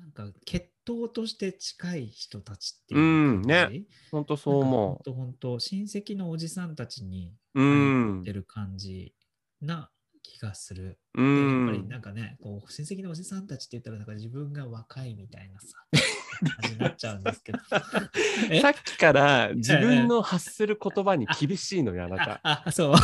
なんか血統として近い人たちっていううん感じ。ね本当そう本思当本当親戚のおじさんたちにう。うん出、る感じな気がする。うでやっぱりんな、んかね、こう親戚のおじさんたちって言ったらなんか自分が若いみたいなさ、 [LAUGHS] 感じになっちゃうんですけど。えさっきから自分の発する言葉に [LAUGHS] 厳しいのよ、あなた。あ [LAUGHS] あ、そう。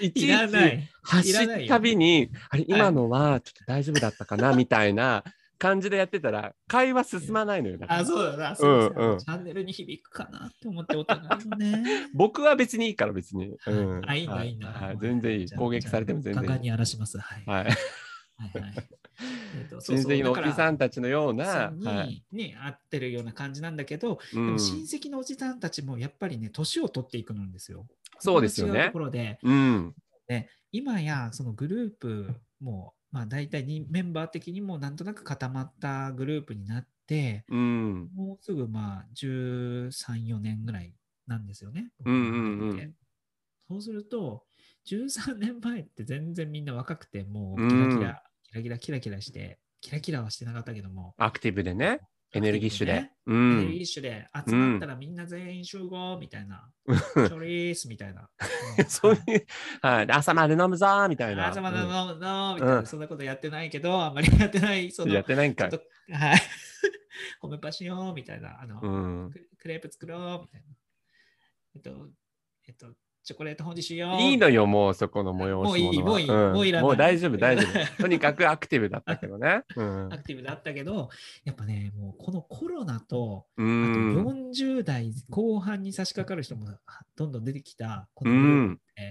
いちいいちらない。走るたびに、あれ、今のはちょっと大丈夫だったかなみたいな感じでやってたら、会話進まないのよ。だからあ、そうだな。そうそううんうんチャンネルに響くかなって思ってお互いのね。僕は別にいいから、別に。 [LAUGHS] うん、あ、いいんだ、はいいんだ。はい全然いい。じゃあ攻撃されても全然じゃあ果敢いい。に荒らします。はい。はい、はいはい。えっとそう親そう戚のおだからじさんたちのようなさ、んはいにね、合ってるような感じなんだけど、うでんも、親戚のおじさんたちもやっぱりね、年を取っていくんですよ。そうですよここが違うねとこ。ろで、うん、今やそのグループも、まあ、大体にメンバー的にもなんとなく固まったグループになって、うん、もうすぐまあ13、4年ぐらいなんですよね。うんうんうん僕の中でそうすると、13年前って全然みんな若くて、もううんキラキラ、キラキラキラキラして、キラキラはしてなかったけども、アクティブでね、エネルギッシュでね。うエネルギん、ッシュで集まったらみんな全員集合みたいな、チョリースみたいな。 [LAUGHS] [LAUGHS] そういう、はい、朝まで飲むぞーみたいな。あ、じゃあまだうんの、の、みたいうんな、そんなことやってないけど、あんまりやってない、その、やってないんかちょい。っとはい。 [LAUGHS] ホメパしよう、みたいな、あの、うん、ククレープ作ろう、みたいな。えっと、えっと、チョコレート本日しよう。いいのよ、もうそこの催し物はもういいもういいもういらないもう大丈夫、大丈 [LAUGHS] 夫。とにかくアクティブだったけどね。うんアクティブだったけど、やっぱね、もうこのコロナと、うあとん。 40代後半に差し掛かる人もはどんどん出てきた、こうのグループん。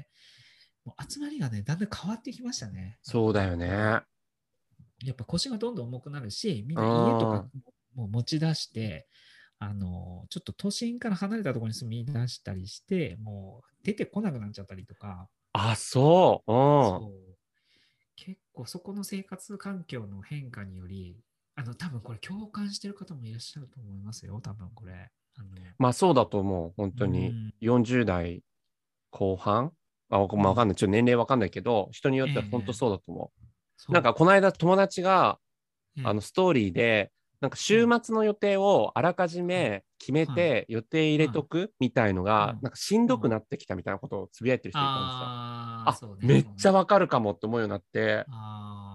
もう集まりがね、だんだん変わってきましたね。そうだよね。やっぱ腰がどんどん重くなるし、みんな家とあかも持ち出して、あの、ちょっと都心から離れたところに住み出したりして、もう出てこなくなっちゃったりとか、あ、そう。うん。そう結構そこの生活環境の変化により、あの、多分これ共感してる方もいらっしゃると思いますよ、多分これ。あのまあそうだと思う、本当に。40代後半あ、わまあわかんない。ちょっと年齢わかんないけど、人によっては本当そうだと思う。なんか、この間友達が、あの、ストーリーで、なんか週末の予定をあらかじめ決めて予定入れとくみたいのがう、んなんかしんどくなってきたみたいなことをつぶやいてる人いたんですよ。ああ、めっちゃわかるかもって思うようになって、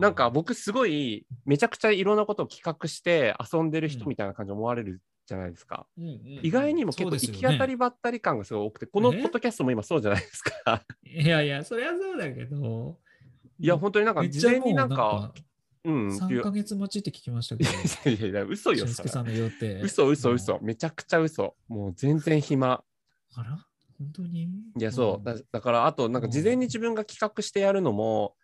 なんか僕僕すごいめちゃくちゃいろんなことを企画して遊んでる人うんみたいな感じに思われるじゃないですか。意意外にも結構行き当たりばったり感がすごい多くて、このポねッドキャストも今そうじゃない [LAUGHS] ですか。いやいや、そりゃそうだけど。いや、本当になんかめっ事ちゃ前もうになんか、、うん、い3やヶ月待ちって聞きましたけど、いやいや、嘘よ、俊そ介れさんの予定。嘘嘘もう。嘘、めちゃくちゃ嘘。もう全然暇。あら本当にいや、そう。だんだから、あと、なんかうん事前に自分が企画してやるのも、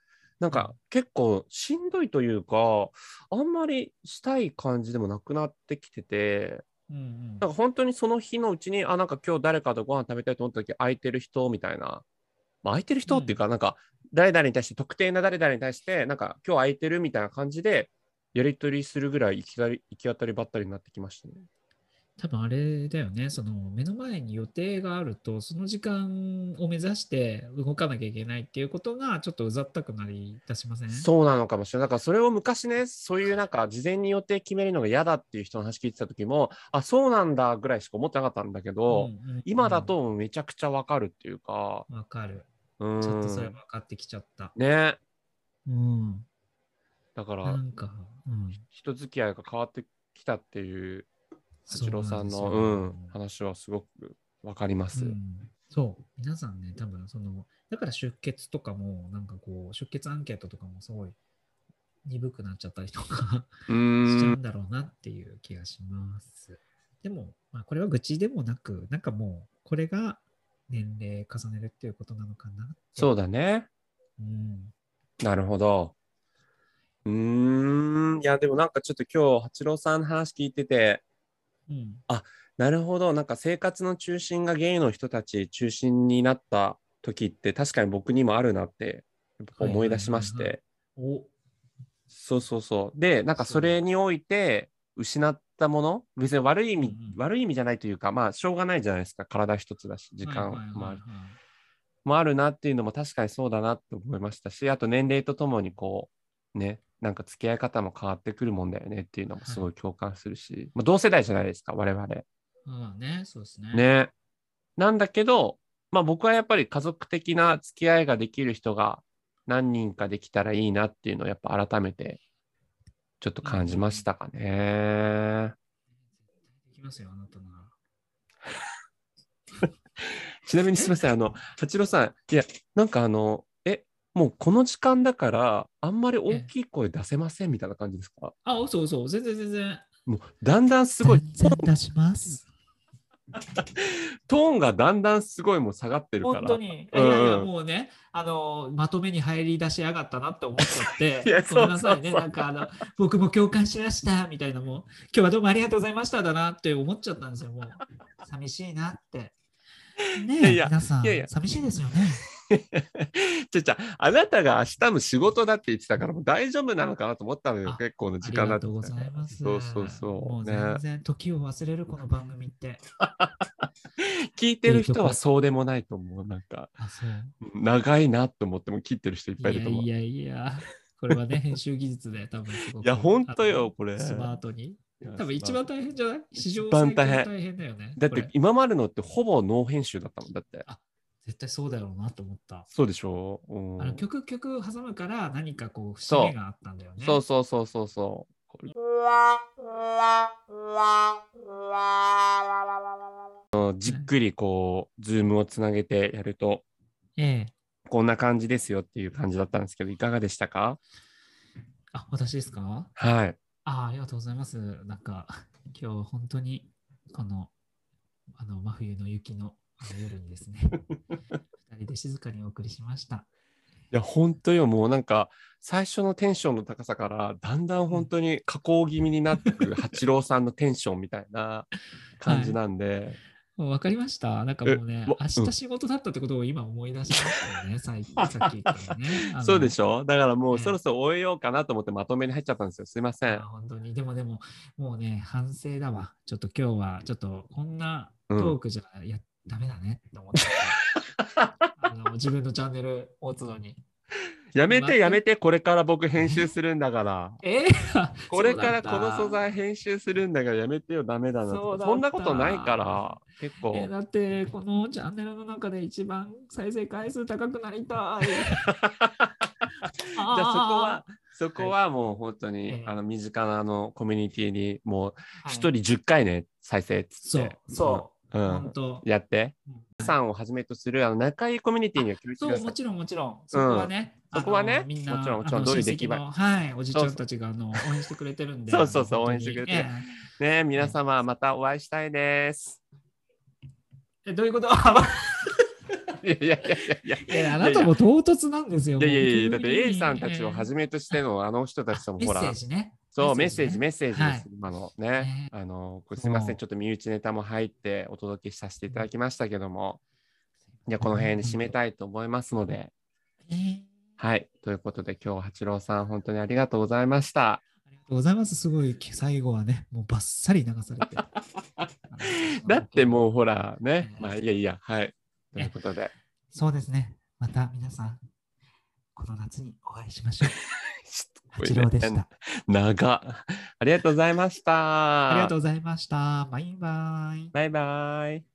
なんか結構しんどいというか、あんまりしたい感じでもなくなってきてて、うんうなんか本当にその日のうちに、あ、なんか今日誰かとご飯食べたいと思った時、空いてる人みたいな。まあ、空いてる人っていうか、なんか、誰々に対して、特定な誰々に対して、なんか今日空いてるみたいな感じで、やり取りするぐらい行きたり行き当たりばったりになってきましたね。多分あれだよね、その目の前に予定があると、その時間を目指して動かなきゃいけないっていうことが、ちょっとうざったくなりいたしませんそうなのかもしれない。だからそれを昔ね、そういうなんか事前に予定決めるのが嫌だっていう人の話聞いてた時も、あ、そうなんだぐらいしか思ってなかったんだけど、うんうんうん今だ。とめちゃくちゃわかるっていうか、わかる。うん。ちょっとそれ分かってきちゃった。ね。うん。だからな、んか、うん。人付き合いが変わってきたっていう、そう八郎さんのなうんですよん、話はすごくわかります。うんそう、皆さんね、多分その、だから出血とかも、なんかこう、出血アンケートとかもすごい鈍くなっちゃったりとかう [LAUGHS] しちゃー。うんんだろうなっていう気がします。でも、まあ、これは愚痴でもなく、なんかもう、これが年齢重ねるっていうことなのかなって。そうだね。うん。なるほど。うーん。いや、でもなんかちょっと今日、八郎さんの話聞いてて、うん。なるほど。なんか生活の中心がゲイの人たち中心になった時って確かに僕にもあるなってやっぱ思い出しましはいはいて。お、そうそうそう。で、なんかそれにおいて失ったもの別に悪い意味、うんうん悪い意味じゃないというか、まあしょうがないじゃないですか。体一つだし、時間もある,、はいはいはいはいもあるなっていうのも確かにそうだなって思いましたし、あと年齢とともにこう、ね、なんか付き合い方も変わってくるもんだよねっていうのもすごい共感するし、まあ同世代じゃないですか、我々。ああね、そうですね。。ね。なんだけど、まあ僕はやっぱり家族的な付き合いができる人が何人かできたらいいなっていうのをやっぱ改めてちょっと感じましたかね。できますよ、あなたなら。ちなみにすみません、あの、八郎さん、いや、なんかあの、え、もうこの時間だから、あんまり大きい声出せませんみたいな感じですかあ、嘘嘘、全然全然。もうだんだん [LAUGHS] すごい、ト全然ーン出します。トーンがだんだんすごいもう下がってるか本ら。当に。いうんやうんいや、もうね、あの、まとめに入り出しやがったなって思っちゃっ [LAUGHS] いやて、そうごめんなさいね、そうそうなんかあの、僕も共感しましたみたいな、もう、今日はどうもありがとうございましただなって思っちゃったんですよ、もう。寂しいなって。ねえいやいや皆さんいやいや寂しいですよね。ちゃちゃ、あなたが明日も仕事だって言ってたから、もう大丈夫なのかなと思ったのよあ。結構の時あ間だっりがたとうございます。そうそうそうもうね全然時を忘れるこの番組って。聞いてる人はそうでもないと思う。なんか、あ、そう。長いなと思っても切ってる人いっぱいいると思う。いやいやいや、これはね、編集技術で多分すごく。いやほんとよあのこれスマートに。いや多分一番大変じゃない史上一番最大大変変大変だよね。だっこれて今までのってほぼノー編集だったもんだって。絶対そうだろうなと思った。そうでしょう、うんあの曲曲挟むから何かこう節目があったんだよね。そうそうそうそうそう。これうんじっくりこう、ズームをつなげてやると、ええ。こんな感じですよっていう感じだったんですけど、いかがでしたかあ、私ですかはい。あありがとうございます。なんか、今日は本当に、この、あの、真冬の雪のあの夜にですね、 [LAUGHS] 二人で静かにお送りしました。いや、本当よ、もうなんか、最初のテンションの高さから、だんだん本当に加工気味になってく [LAUGHS] る八郎さんのテンションみたいな感じなんで、もう分かりました。なんかもうね、えわ明日仕事だったってことを今思い出しましたよね、さい [LAUGHS] さっき言ったのね。あのそうでしょだからもうねそろそろ終えようかなと思ってまとめに入っちゃったんですよ。すいませあん。本当に。でもでも、もうね、反省だわ。ちょっと今日は、ちょっとこんなトークじゃや、ダメだねっ [LAUGHS] て思って。あの自分のチャンネル持つのに。やめまてやめて、これから僕編集するんだから。えー [LAUGHS] これからこそうだのった素材編集するんだからやめてよ、ダメだなとそか。うだったそんなことないから、結構。えーだってこのチャンネルの中で一番再生回数高くな [LAUGHS] りたい。じゃじゃあそこはあ、そこはもう本当に、ええあの身近なあのコミュニティにもうは一人10回ね、再生っつそっうて。。そうう、ん。本当。やって。うんさんをはじめとするあの仲いいコミュニティには気をつけてそうくださもい。ちろんもちろんそこはね、うんそこはねあのみんなもちろんもちろんあのどういう親出来栄戚えのはいおじちゃそうんそうたちがあの応援してくれてるん [LAUGHS] でそうそうそうあの応援してくれて本ねえ皆様またお会いしたい [LAUGHS] です。当にええどういうこと [LAUGHS] いやいやいやいやいいやや。あなたも唐突なんですよいやいやいや、だって A さんたちをは始じめとしてのあの人たちともメほッセらー、ジねそう、メッセージ、ねメッセージはでいす、今のねね。あの、これすみません、ちょっと身内ネタも入ってお届けさせていただきましたけども、じゃあこの辺で締めたいと思いますので、えーはい。ということで、今日、八郎さん、本当にありがとうございました。ありがとうございます。すごい、最後はね、もうバッサリ流されて。 [LAUGHS] だってもうう。ほらね、うんまあいやいや、はい。ということで、そうですね。また皆さん、この夏にお会いしましょう。 [LAUGHS] し八郎でした。長っ。ありがとうございました。ありがとうございました。バイバイ。バイバイ。